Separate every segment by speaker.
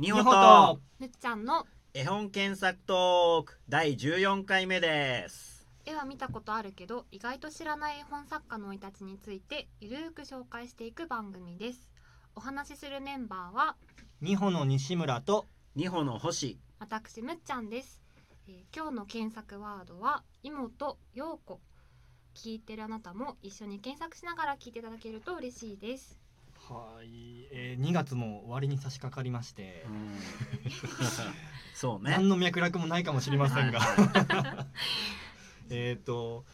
Speaker 1: 日本と
Speaker 2: むっちゃんの
Speaker 1: 絵本検索トーク第14回目です
Speaker 2: 絵は見たことあるけど意外と知らない絵本作家の生い立ちについてゆるーく紹介していく番組ですお話しするメンバーは
Speaker 3: 日本の西村と
Speaker 1: 日本の星
Speaker 2: 私むっちゃんです、えー今日の検索ワードは妹陽子聞いてるあなたも一緒に検索しながら聞いていただけると嬉しいです
Speaker 3: はい、えー、2月も終わりに差し掛かりまして
Speaker 1: う、んそうね
Speaker 3: 何の脈絡もないかもしれませんが、
Speaker 1: は
Speaker 3: えっと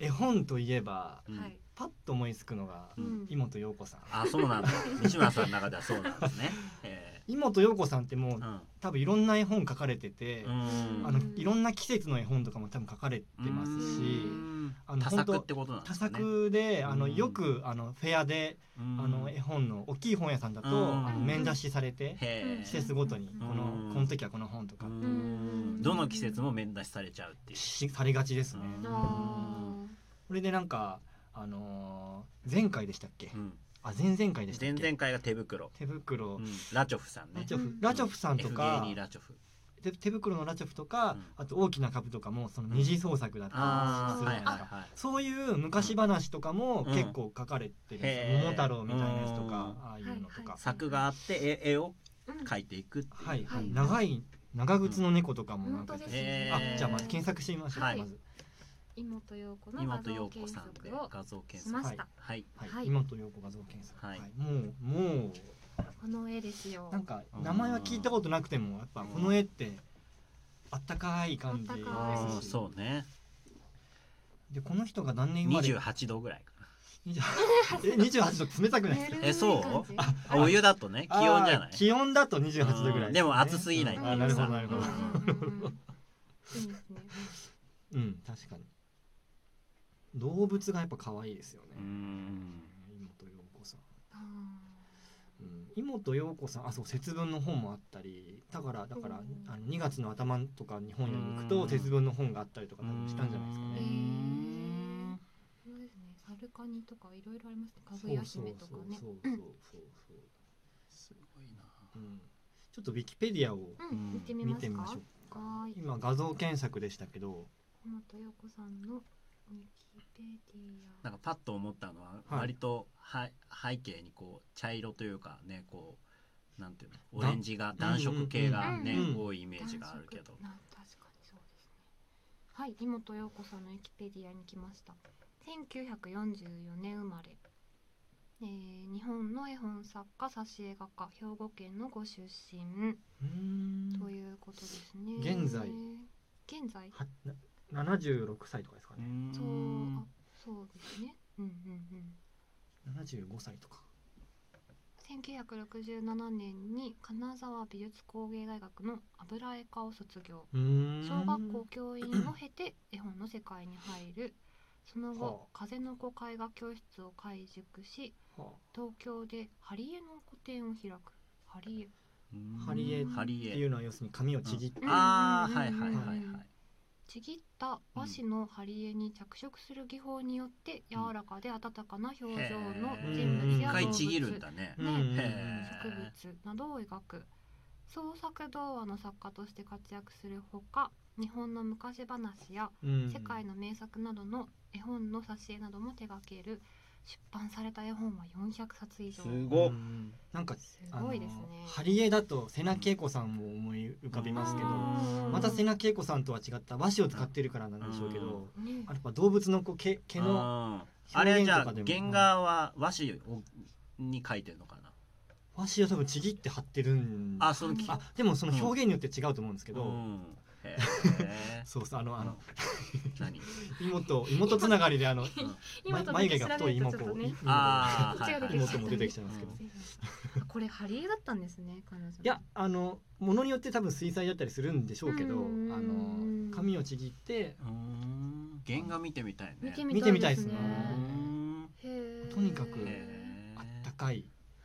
Speaker 3: 絵本といえば
Speaker 1: いうん
Speaker 2: はい
Speaker 3: パッと思いつくのが
Speaker 2: うん
Speaker 3: 妹陽子さん
Speaker 1: あそうなんだ西村さんの中ではそうなんですね、え
Speaker 3: 妹陽子さんってもう
Speaker 1: ー
Speaker 3: 多分いろんな絵本書かれてて、
Speaker 1: うん、
Speaker 3: あのいろんな季節の絵本とかも多分書かれてま
Speaker 1: う
Speaker 3: すし
Speaker 1: ん
Speaker 3: あの
Speaker 1: 多作ってことなんで
Speaker 3: 多
Speaker 1: すかね
Speaker 3: 作であの
Speaker 1: うん
Speaker 3: よくあのフェアで
Speaker 1: うん
Speaker 3: あの絵本の大きい本屋さんだと
Speaker 1: うん
Speaker 3: あの面出しされて
Speaker 1: へ
Speaker 2: うん
Speaker 1: ー
Speaker 3: 季節ごとに
Speaker 2: うん
Speaker 3: このこの時はこの本と
Speaker 1: う
Speaker 3: か
Speaker 1: んどの季節も面出しされちゃうっていう
Speaker 3: しされがちですね。
Speaker 1: うん
Speaker 2: あー
Speaker 3: これでなんかあのー前回でしたっけ
Speaker 1: うん
Speaker 3: あ前々回でしたっ
Speaker 1: 前
Speaker 3: け
Speaker 1: 々回が手袋
Speaker 3: 手袋
Speaker 1: うんラチョフさん
Speaker 3: ラ
Speaker 1: ね
Speaker 3: チョフ、
Speaker 2: うん
Speaker 3: ラチョフさんと
Speaker 1: F
Speaker 3: か
Speaker 1: 芸人ラチョフ
Speaker 3: 手手袋のラチョフとか、
Speaker 1: うん
Speaker 3: あと大きな株とかもその二次創作だった
Speaker 1: あ
Speaker 3: り
Speaker 1: あ
Speaker 3: する
Speaker 1: はい
Speaker 3: じゃな
Speaker 1: はいい
Speaker 3: ですか、
Speaker 1: はい
Speaker 3: そういう昔話とかも
Speaker 1: うん
Speaker 3: 結構書かれてるんです
Speaker 1: へ
Speaker 3: よ
Speaker 1: ー
Speaker 3: 桃太郎みたいなやつとか
Speaker 1: うん
Speaker 3: ああいうのとか、
Speaker 1: 作があって絵絵を
Speaker 2: うん
Speaker 1: 描いていくっていう
Speaker 3: はいはい
Speaker 2: はい
Speaker 3: 長い長靴の猫とかもなんか、
Speaker 2: うん本当です
Speaker 1: ね
Speaker 3: あじゃあまず検索してみましょう、
Speaker 1: はい
Speaker 3: まず、
Speaker 2: 妹陽子の
Speaker 1: 今
Speaker 2: 画
Speaker 1: と
Speaker 2: 像
Speaker 1: 陽子
Speaker 2: 検
Speaker 1: さんで
Speaker 2: 索を
Speaker 1: 画像
Speaker 2: し
Speaker 1: 検
Speaker 2: ま
Speaker 1: 索
Speaker 2: した、
Speaker 1: はい
Speaker 3: はい
Speaker 2: はい
Speaker 3: 今と陽子画像検索、
Speaker 1: はい
Speaker 3: もうもう
Speaker 2: この絵ですよ
Speaker 3: なんか名前は聞いたことなくてもやっぱこの絵ってあったかい感じ
Speaker 2: あったかい
Speaker 1: あ
Speaker 2: う
Speaker 1: あ
Speaker 2: ん
Speaker 1: そうね
Speaker 3: でこの人が何年生まれ
Speaker 1: 28度ぐらいか
Speaker 3: 28え28度冷たくないですか
Speaker 1: えそう
Speaker 2: う
Speaker 1: なお湯だとね気温じゃな
Speaker 3: あ
Speaker 1: い
Speaker 3: ー気温だと28度ぐらいすね、
Speaker 1: うんでも暑すぎない
Speaker 3: うんあなるほどなるほど
Speaker 2: いいですね
Speaker 3: うん確かに動物がやっぱ可愛いですよね
Speaker 1: う、ん
Speaker 3: 妹陽子さん、
Speaker 2: あ
Speaker 3: うん、妹陽子さんあそう節分の本もあったりだからだから
Speaker 2: うん
Speaker 3: あの2月の頭とか日本に行く
Speaker 1: う
Speaker 3: と
Speaker 1: ん
Speaker 3: 節分の本があったりとか多分したんじゃないですか
Speaker 2: ー
Speaker 3: ね
Speaker 1: うん
Speaker 2: ーそうですねサルカニとかいろいろありますねかぐや姫とかね
Speaker 3: そうそうそうそうそう
Speaker 1: すごいな
Speaker 3: うんちょっとウィキペディアを
Speaker 2: うん見てみ
Speaker 3: 見
Speaker 2: ます
Speaker 3: てみまし
Speaker 2: か
Speaker 3: ょうか
Speaker 2: はーい
Speaker 3: 今画像検索でしたけど
Speaker 2: 妹陽子さんのウィキペディ
Speaker 1: な
Speaker 2: ア
Speaker 1: んかパッと思ったのは
Speaker 3: はい
Speaker 1: 割とは背景にこう茶色というかねこうなんていうのオレンジが暖色系がね
Speaker 2: うん
Speaker 3: うんうん
Speaker 1: 多いイメージがあるけど
Speaker 2: 男色な確かにそうですねはい妹陽子さんのウィキペディアに来ました1944年生まれ、えー日本の絵本作家挿絵画家兵庫県のご出身
Speaker 3: うーん
Speaker 2: ということですね
Speaker 3: 現在
Speaker 2: 現在
Speaker 3: はな76歳とかですか
Speaker 1: う
Speaker 3: ね、
Speaker 1: ん
Speaker 2: そうあそうですねうんうんうん
Speaker 3: 75歳とか
Speaker 2: 1967年に金沢美術工芸大学の油絵科を卒業
Speaker 3: うーん
Speaker 2: 小学校教員を経て 絵本の世界に入るその後
Speaker 3: は
Speaker 2: 風の子絵画教室を開塾し
Speaker 3: は
Speaker 2: 東京で貼り絵の個展を開く貼り絵
Speaker 1: うん
Speaker 3: 貼り絵
Speaker 1: 貼
Speaker 3: あ
Speaker 1: り
Speaker 3: っ
Speaker 1: 絵
Speaker 3: ていうのは要するに髪をちぎって、
Speaker 2: うん
Speaker 1: ああはいはいはいはい
Speaker 2: ちぎった和紙の貼り絵に着色する技法によって柔らかで温かな表情の
Speaker 1: へー
Speaker 2: 人物
Speaker 1: 一
Speaker 2: や動
Speaker 1: 回
Speaker 2: 物
Speaker 1: ちぎるん
Speaker 2: 植
Speaker 1: だね
Speaker 2: うん
Speaker 1: へー
Speaker 2: 物などを描く創作童話の作家として活躍するほか日本の昔話や
Speaker 3: うん
Speaker 2: 世界の名作などの絵本の挿絵なども手掛ける出版された絵本は400冊以上
Speaker 1: すごっ
Speaker 3: うんなんか
Speaker 2: すごいですね
Speaker 3: あの貼り絵だと瀬名恵子さんも思い浮かびますけど、
Speaker 2: うん
Speaker 3: また瀬名恵子さんとは違った和紙を使ってるからなんでしょうけど、
Speaker 1: うん
Speaker 2: ね
Speaker 3: あれやっぱ動物のこう毛毛の
Speaker 1: うんあれ
Speaker 3: 表
Speaker 1: は
Speaker 3: 現
Speaker 1: じ
Speaker 3: と
Speaker 1: ゃあ
Speaker 3: かでも
Speaker 1: 原画は和紙をに描いてるのかな
Speaker 3: 和紙を多分ちぎって貼ってるん
Speaker 1: あそのき
Speaker 2: あ
Speaker 3: あでもその表現によって違うと思うんですけど、
Speaker 1: うんへー
Speaker 3: そうそうあ のあの
Speaker 1: 何
Speaker 3: 妹妹つながりであ の
Speaker 1: うん
Speaker 2: 今と
Speaker 3: ま眉毛が太い
Speaker 2: 今
Speaker 3: 妹
Speaker 2: ちょっと
Speaker 3: 子、
Speaker 2: ね
Speaker 1: あ
Speaker 2: こっちが
Speaker 1: ー
Speaker 2: 出てき
Speaker 3: 妹
Speaker 2: ちゃった
Speaker 3: も出てきちゃいますけど、
Speaker 1: う
Speaker 3: い
Speaker 2: これ貼り絵だったんですね彼女の
Speaker 3: やあのものによって多分水彩だったりするんでしょうけど、
Speaker 2: うん
Speaker 3: あの紙をちぎって
Speaker 1: うーん原画見てみたいね。
Speaker 2: 見て
Speaker 1: み
Speaker 2: みたい
Speaker 3: 見てみたい
Speaker 2: で
Speaker 3: ですす
Speaker 2: ね
Speaker 3: ね
Speaker 2: へー
Speaker 3: とにかく
Speaker 1: へー
Speaker 3: あったかい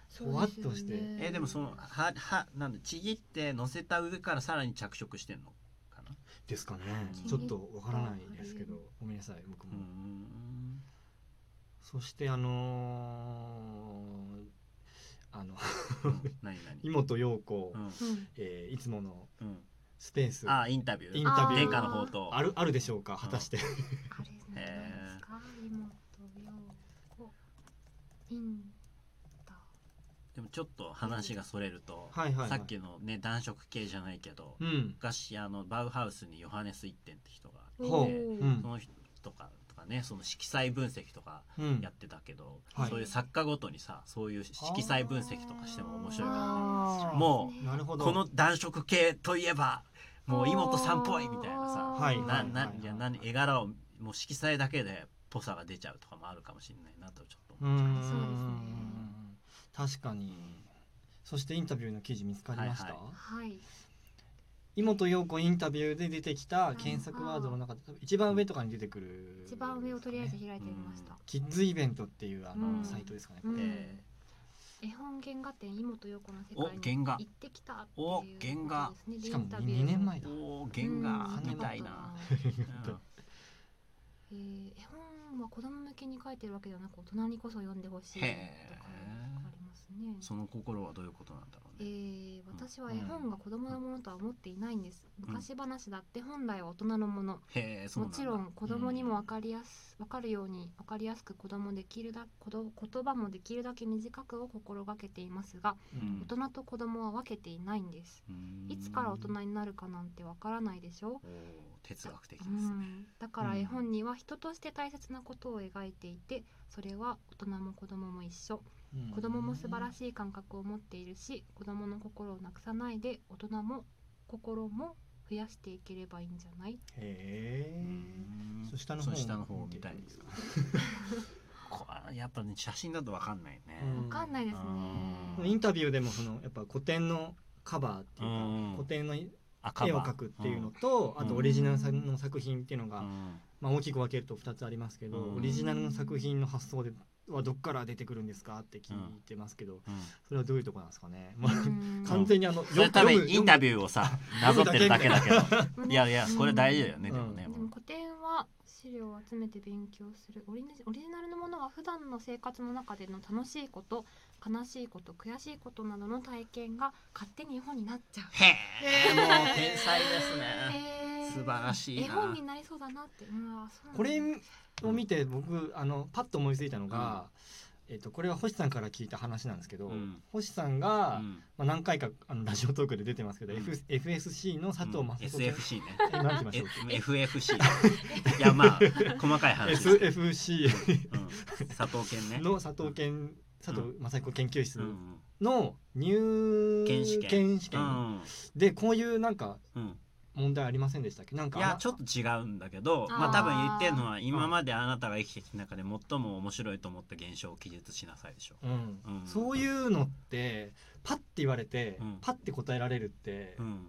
Speaker 2: そうです
Speaker 3: ふ
Speaker 2: よね
Speaker 3: わっとして
Speaker 1: えでもそのははなんだちぎって乗せた上からさらに着色してんのかな。
Speaker 3: ですかね
Speaker 1: うん
Speaker 3: ちょっとわからないですけどごめんなさい僕
Speaker 1: う
Speaker 3: も、
Speaker 1: ーん
Speaker 3: そしてあのーあの
Speaker 1: うん何何
Speaker 3: 妹陽子、
Speaker 1: うん
Speaker 2: うん
Speaker 3: えーいつもの
Speaker 1: うん
Speaker 3: スペース
Speaker 1: ああインタビュー
Speaker 3: インタビュー
Speaker 1: 殿下の方と
Speaker 3: あるあるでしょうか果たして、
Speaker 2: あれなんですか妹よこインタ
Speaker 1: でもちょっと話がそれると、
Speaker 3: はいはいはい
Speaker 1: さっきのね男色系じゃないけど、
Speaker 3: うん
Speaker 1: 昔あのバウハウスにヨハネス一点って人がいて、
Speaker 3: ほう
Speaker 2: おー
Speaker 3: うん
Speaker 1: その人とかとかねその色彩分析とか
Speaker 3: うん
Speaker 1: やってたけど、
Speaker 3: はい
Speaker 1: そういう作家ごとにさそういう色彩分析とかしても面白いか
Speaker 2: あー
Speaker 1: も
Speaker 2: 面
Speaker 3: な
Speaker 2: 白
Speaker 1: ら
Speaker 3: るほ
Speaker 2: いですね
Speaker 3: ど
Speaker 1: この暖色系といえばもう妹さんっぽいみたいな
Speaker 2: あ
Speaker 1: さ
Speaker 2: ー
Speaker 3: はい
Speaker 1: な
Speaker 3: はい
Speaker 1: なじゃあ何絵柄をもう色彩だけでっぽさが出ちゃうとかもあるかもしれないなとちょっと思
Speaker 3: うーん
Speaker 2: そうですね
Speaker 3: 確かにそしてインタビューの記事見つかりました、
Speaker 1: はいは
Speaker 2: はい
Speaker 3: 妹陽子インタビューで出てきた検索ワードの中で多分一番上とかに出てくる、
Speaker 2: 一番上をとりあえず開いてみました、
Speaker 3: キッズイベントっていうあの、
Speaker 1: うん
Speaker 3: サイトですかね、
Speaker 2: う
Speaker 1: っ
Speaker 2: ん
Speaker 1: て、
Speaker 2: 絵本原画展妹よこの世界
Speaker 1: お
Speaker 2: に
Speaker 1: 原画
Speaker 2: 行ってきたっていう
Speaker 1: お
Speaker 2: ことですね
Speaker 3: しかも
Speaker 2: インタビュー
Speaker 3: 2年前だ、
Speaker 1: おお原画みたいな。
Speaker 2: うん
Speaker 1: うん
Speaker 2: えー絵本は子供向けに書いてるわけではなく大人にこそ読んでほしいとか
Speaker 1: へー
Speaker 2: ありますね。
Speaker 1: その心はどういうことなんだろう
Speaker 2: え
Speaker 1: ね。
Speaker 2: ー私は絵本が子供のものとは思っていないんです。昔話だって本来は大人のもの。
Speaker 1: へえ、そう
Speaker 2: も
Speaker 1: なんだ。
Speaker 2: ちろん子供にも分かりやす、分かるように分かりやすく子供できるだ子ど言葉もできるだけ短くを心がけていますが
Speaker 1: うん
Speaker 2: 大人と子供は分けていないんです
Speaker 1: うん
Speaker 2: いつから大人になるかなんて分からないでしょう
Speaker 1: おー哲学的
Speaker 2: う
Speaker 1: ですね。
Speaker 2: ん、だから絵本には人として大切なことを描いていてそれは大人も子供も一緒子供も素晴ら
Speaker 3: い、
Speaker 2: しい感覚を持っているし子供の心をなくさないで大人も心も増やしていければいいんじゃない
Speaker 3: へ
Speaker 1: う
Speaker 3: え、
Speaker 1: ん
Speaker 3: その下の
Speaker 1: そ
Speaker 3: 方
Speaker 1: の下の方を見たいですか。 こあやっぱね写真だとわかんないね。
Speaker 3: うん
Speaker 2: わかんないですね
Speaker 1: うん
Speaker 3: インタビューでもそのやっぱ古典のカバーっていうか、
Speaker 1: うん
Speaker 3: 古典の絵
Speaker 1: 赤羽
Speaker 3: を描くっていうのと、あとオリジナルの作品っていうのが、
Speaker 1: うん
Speaker 3: まあ、大きく分けると2つありますけど、
Speaker 1: うん
Speaker 3: オリジナルの作品の発想ではどっから出てくるんですかって聞いてますけど、
Speaker 1: うん
Speaker 3: それはどういうとこなんですかね、まあ
Speaker 2: うん
Speaker 3: 完全にあの、
Speaker 1: それ多分インタ
Speaker 3: ビ
Speaker 1: ビューをさなぞってるだけだけど。いやいやこれ大事だよね
Speaker 3: うん
Speaker 1: でもね
Speaker 2: で。も古典は資料を集めて勉強するオリジオリジナルのものは普段の生活の中での楽しいこと悲しいこと悔しいことなどの体験が勝手に絵本になっちゃう
Speaker 1: へえもう天才ですね。
Speaker 2: えー
Speaker 1: 素晴らしいな
Speaker 2: 絵本になりそうだなってうわそうなんだ
Speaker 3: これを見て僕あのパッと思いついたのが、えっと、これは星さんから聞いた話なんですけど、
Speaker 1: うん
Speaker 3: 星さんが、
Speaker 1: うん
Speaker 3: まあ、何回かあのラジオトークで出てますけど、
Speaker 1: うん
Speaker 3: F FSC の佐藤
Speaker 1: うん
Speaker 3: 正人先
Speaker 1: SFC ね。
Speaker 3: えなんて言いましょう
Speaker 1: FFC いやまあ細かい話です、うん、
Speaker 3: SFC
Speaker 1: 佐藤健ね
Speaker 3: の佐藤健佐藤正彦研究室
Speaker 1: うん
Speaker 3: の入
Speaker 1: 研試験
Speaker 3: 研試
Speaker 1: う
Speaker 3: 験
Speaker 1: ん、
Speaker 3: でこういうなんか
Speaker 1: うん、
Speaker 3: 問題ありませんでしたっけなんか
Speaker 1: いやちょっと違うんだけどま
Speaker 2: あ
Speaker 1: あ
Speaker 2: ー
Speaker 1: 多分言ってるのは今まであなたが生きてきた中で最も面白いと思った現象を記述しなさいでしょ、
Speaker 3: うん
Speaker 1: うん
Speaker 3: そういうのってパッて言われて、
Speaker 1: うん
Speaker 3: パッて答えられるって、
Speaker 1: うん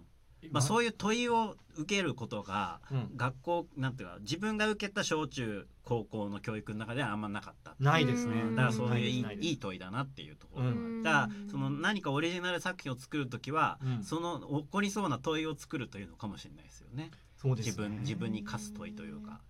Speaker 1: まあ、そういう問いを受けることが
Speaker 3: うん、
Speaker 1: 学校なんていうか自分が受けた小中高校の教育の中ではあんまなかった
Speaker 3: ないですね
Speaker 2: うん
Speaker 1: だからそういういい
Speaker 3: ないですないです
Speaker 1: いい問いだなっていうところ、
Speaker 3: う
Speaker 2: うんん
Speaker 1: だからその何かオリジナル作品を作るときは、
Speaker 3: うん
Speaker 1: その起こりそうな問いを作るというのかもしれないですよね
Speaker 3: そうです
Speaker 1: 自
Speaker 3: ね
Speaker 1: 分自分に課す問いというか、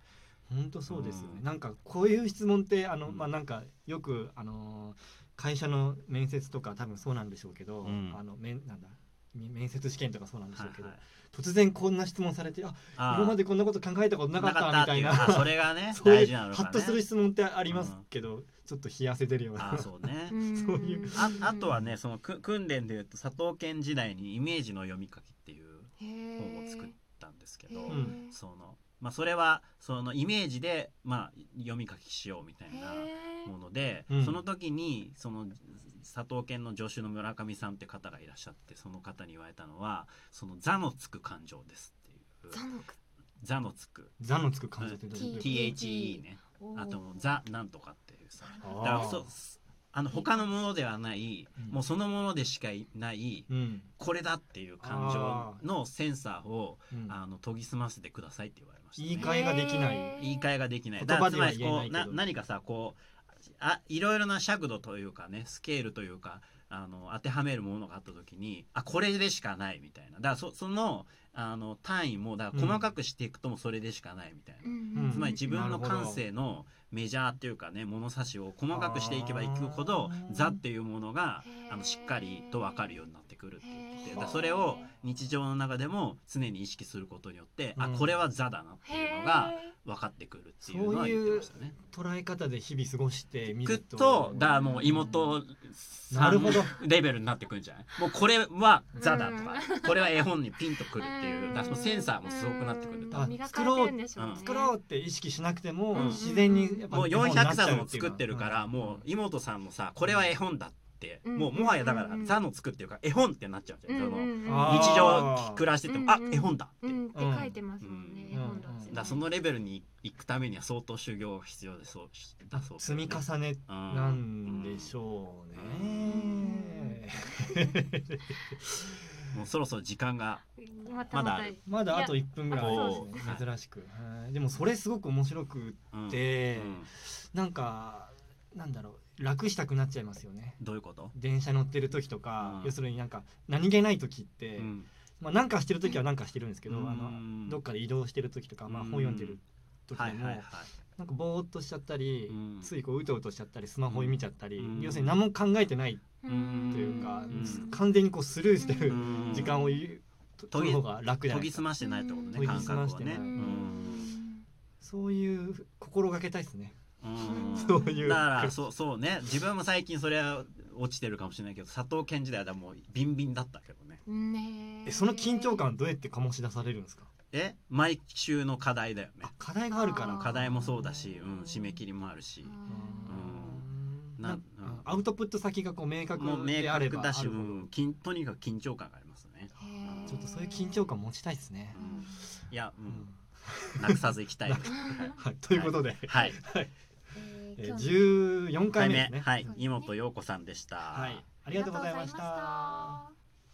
Speaker 3: 本当そうですよね、
Speaker 1: うん
Speaker 3: なんかこういう質問ってあの、
Speaker 1: うん
Speaker 3: まあなんかよくあのー会社の面接とか多分そうなんでしょうけど、
Speaker 1: うん
Speaker 3: あの面なんだみ面接試験とかそうなんでし
Speaker 1: は
Speaker 3: ょ
Speaker 1: いう
Speaker 3: けど、
Speaker 1: はい
Speaker 3: 突然こんな質問されてあ
Speaker 1: ああ
Speaker 3: 今までこんなこと考えたことなかったみたいな
Speaker 1: ってうあそれがね
Speaker 3: そうい
Speaker 1: 大
Speaker 3: う
Speaker 1: 事なのか
Speaker 3: ハ
Speaker 1: ね
Speaker 3: ッとする質問ってありますけど、ちょっと冷やせてるような
Speaker 1: ああそうね
Speaker 3: そういう
Speaker 1: ああとはねそのく訓練でいうと佐藤健時代にイメージの読み書きっていう本
Speaker 2: 本
Speaker 1: を作ったんですけど、
Speaker 3: うん
Speaker 1: そのまあそれはそのイメージでまあ読み書きしようみたいなもので、
Speaker 3: うん
Speaker 1: その時にその佐藤健の助手の村上さんって方がいらっしゃってその方に言われたのはその「座のつく感情です」っていう
Speaker 2: ザノク
Speaker 1: 「座のつく
Speaker 3: 座のつく感じってどういうこと
Speaker 2: T
Speaker 1: THE ね
Speaker 2: おー
Speaker 1: あともう「ザなんとか」っていうさ
Speaker 2: なる
Speaker 1: だ
Speaker 2: ほ
Speaker 1: から
Speaker 2: ど
Speaker 1: そあの他のものではない、
Speaker 3: うん
Speaker 1: もうそのものでしかいない
Speaker 3: うん
Speaker 1: これだっていう感情のセンサーを
Speaker 3: うん
Speaker 1: あの研ぎ澄ませてくださいって言われました、ね、
Speaker 3: 言い換えができない、
Speaker 2: へー
Speaker 1: 言い換えができない
Speaker 3: 言
Speaker 1: だから
Speaker 3: 葉で
Speaker 1: つ
Speaker 3: は
Speaker 1: まり
Speaker 3: 言えな
Speaker 1: こ
Speaker 3: いうけ
Speaker 1: な
Speaker 3: ど
Speaker 1: 何かさこうあいろいろな尺度というかねスケールというかあの当てはめるものがあった時にあこれでしかないみたいなだからそそのあの単位もだから細かくしていくともそれでしかないみたいな、
Speaker 2: うん
Speaker 3: うん
Speaker 1: つまり自分の感性のメジャーっていうかね物差しを細かくしていけばいくほど
Speaker 3: あー
Speaker 1: 座っていうものがあ
Speaker 2: へー
Speaker 1: のしっかりと分かるようになってくるって言ってて
Speaker 2: へー
Speaker 1: だからそれを日常の中でも常に意識することによって、
Speaker 3: うん
Speaker 1: あこれは座だなっていうのが分かってくるっていうのは言ってましたね。
Speaker 3: 捉え方で日々過ごしてみ
Speaker 1: く
Speaker 3: る
Speaker 1: っ
Speaker 3: と
Speaker 1: とだからもう妹さ
Speaker 3: なるほ
Speaker 1: ん
Speaker 3: ど
Speaker 1: レベルになってくるんじゃないもうこれは座だとか
Speaker 2: う
Speaker 1: これは絵本にピンとくるっていううんだからそのセンサーもすごくなってくる
Speaker 2: うん
Speaker 1: 多
Speaker 3: あ
Speaker 1: 分
Speaker 2: 磨かれてるんでしょうね
Speaker 1: ん
Speaker 3: 作ろうって意識しなくても、
Speaker 1: うん
Speaker 3: 自然にやっぱ
Speaker 1: もう
Speaker 3: 日本にな
Speaker 1: 400
Speaker 3: ちゃ
Speaker 1: 冊
Speaker 3: う
Speaker 1: も
Speaker 3: いう
Speaker 1: 作
Speaker 3: のは
Speaker 1: ってるからもう妹さんもさこれは絵本だって
Speaker 2: うん
Speaker 1: もうもはやだか
Speaker 2: う
Speaker 1: ら
Speaker 2: ん
Speaker 1: 座の作ってるから絵本ってなっちゃうじゃんその
Speaker 2: うんうん
Speaker 3: あー
Speaker 1: 日常暮らしててもあ
Speaker 2: うんうん
Speaker 1: 絵本だって
Speaker 2: う
Speaker 1: だ
Speaker 2: んって書いてますもんね、
Speaker 1: うん
Speaker 2: 絵本だっ
Speaker 3: うん
Speaker 2: てね
Speaker 1: からそのレベルに行くためには相当修行が必要でそうだそう
Speaker 3: 積み重ねなんでしょうね、
Speaker 1: うんもうそろそろ時間が
Speaker 2: ま
Speaker 1: ま
Speaker 2: たま
Speaker 1: だ
Speaker 2: た
Speaker 1: ある
Speaker 3: まだあと1分ぐらい
Speaker 1: お
Speaker 3: ですね
Speaker 1: ー
Speaker 3: 珍しく、はいでもそれすごく面白く
Speaker 1: うん
Speaker 3: て、
Speaker 1: うん
Speaker 3: なんかなんだろう楽したくなっちゃいますよね
Speaker 1: どういうこと
Speaker 3: 電車乗ってる時とか、
Speaker 1: うん
Speaker 3: 要するになんか何気ない時って、
Speaker 1: うん
Speaker 3: まあ、なんかしてる時はなんかしてるんですけど、
Speaker 1: うん
Speaker 3: あのどっかで移動してる時とか、まあ、本読んでる時でも、
Speaker 1: はいはいはい
Speaker 3: なんかぼーっとしちゃったり、
Speaker 1: うん
Speaker 3: ついこううとうとしちゃったりスマホ見ちゃったり、
Speaker 1: うん
Speaker 3: 要するに何も考えてない
Speaker 1: うん
Speaker 3: というか、
Speaker 1: うん
Speaker 3: 完全にこうスルーしてる
Speaker 1: うん
Speaker 3: 時間をゆと取る方が楽じ
Speaker 1: 研
Speaker 3: ゃないで
Speaker 1: ぎ
Speaker 3: すか
Speaker 1: 澄ましてないってこと
Speaker 2: う
Speaker 1: ね
Speaker 2: ん
Speaker 1: 感覚をね
Speaker 3: 研ぎ澄ましてない
Speaker 1: うん
Speaker 3: そういう心がけたいですね、
Speaker 1: うん
Speaker 2: そ
Speaker 3: そういう
Speaker 1: だからそうそうね自分も最近それは落ちてるかもしれないけど佐藤健時代はもうビンビンだったけどね
Speaker 2: ね
Speaker 3: えその緊張感どうやって醸し出されるんですか
Speaker 1: え毎週の課題だよね
Speaker 3: あ課題があるか
Speaker 2: あ
Speaker 3: ら
Speaker 2: ー
Speaker 1: 課題もそうだし、うん、締め切りもあるし
Speaker 3: うん
Speaker 1: な
Speaker 3: なん
Speaker 1: うん
Speaker 3: アウトプット先がこう明確
Speaker 1: もう明
Speaker 3: であれ
Speaker 1: 確
Speaker 3: ば
Speaker 1: だし
Speaker 3: あるほ
Speaker 1: う
Speaker 3: ど
Speaker 1: ん緊とにかく緊張感がありますね
Speaker 2: へー
Speaker 3: ちょっとそういう緊張感持ちたいですね
Speaker 1: う、んいや、う
Speaker 3: うん
Speaker 1: ん、なくさずいきたいです
Speaker 3: はい、ということで、
Speaker 1: はい
Speaker 2: えー
Speaker 3: えー
Speaker 2: 今日の
Speaker 3: 14
Speaker 1: 1回
Speaker 3: 回目で
Speaker 1: 目
Speaker 3: すね
Speaker 1: はい
Speaker 2: そうですね
Speaker 1: 妹陽子さんでした
Speaker 3: はい、ありがとうございまし
Speaker 2: ありがとうございま
Speaker 3: た
Speaker 2: した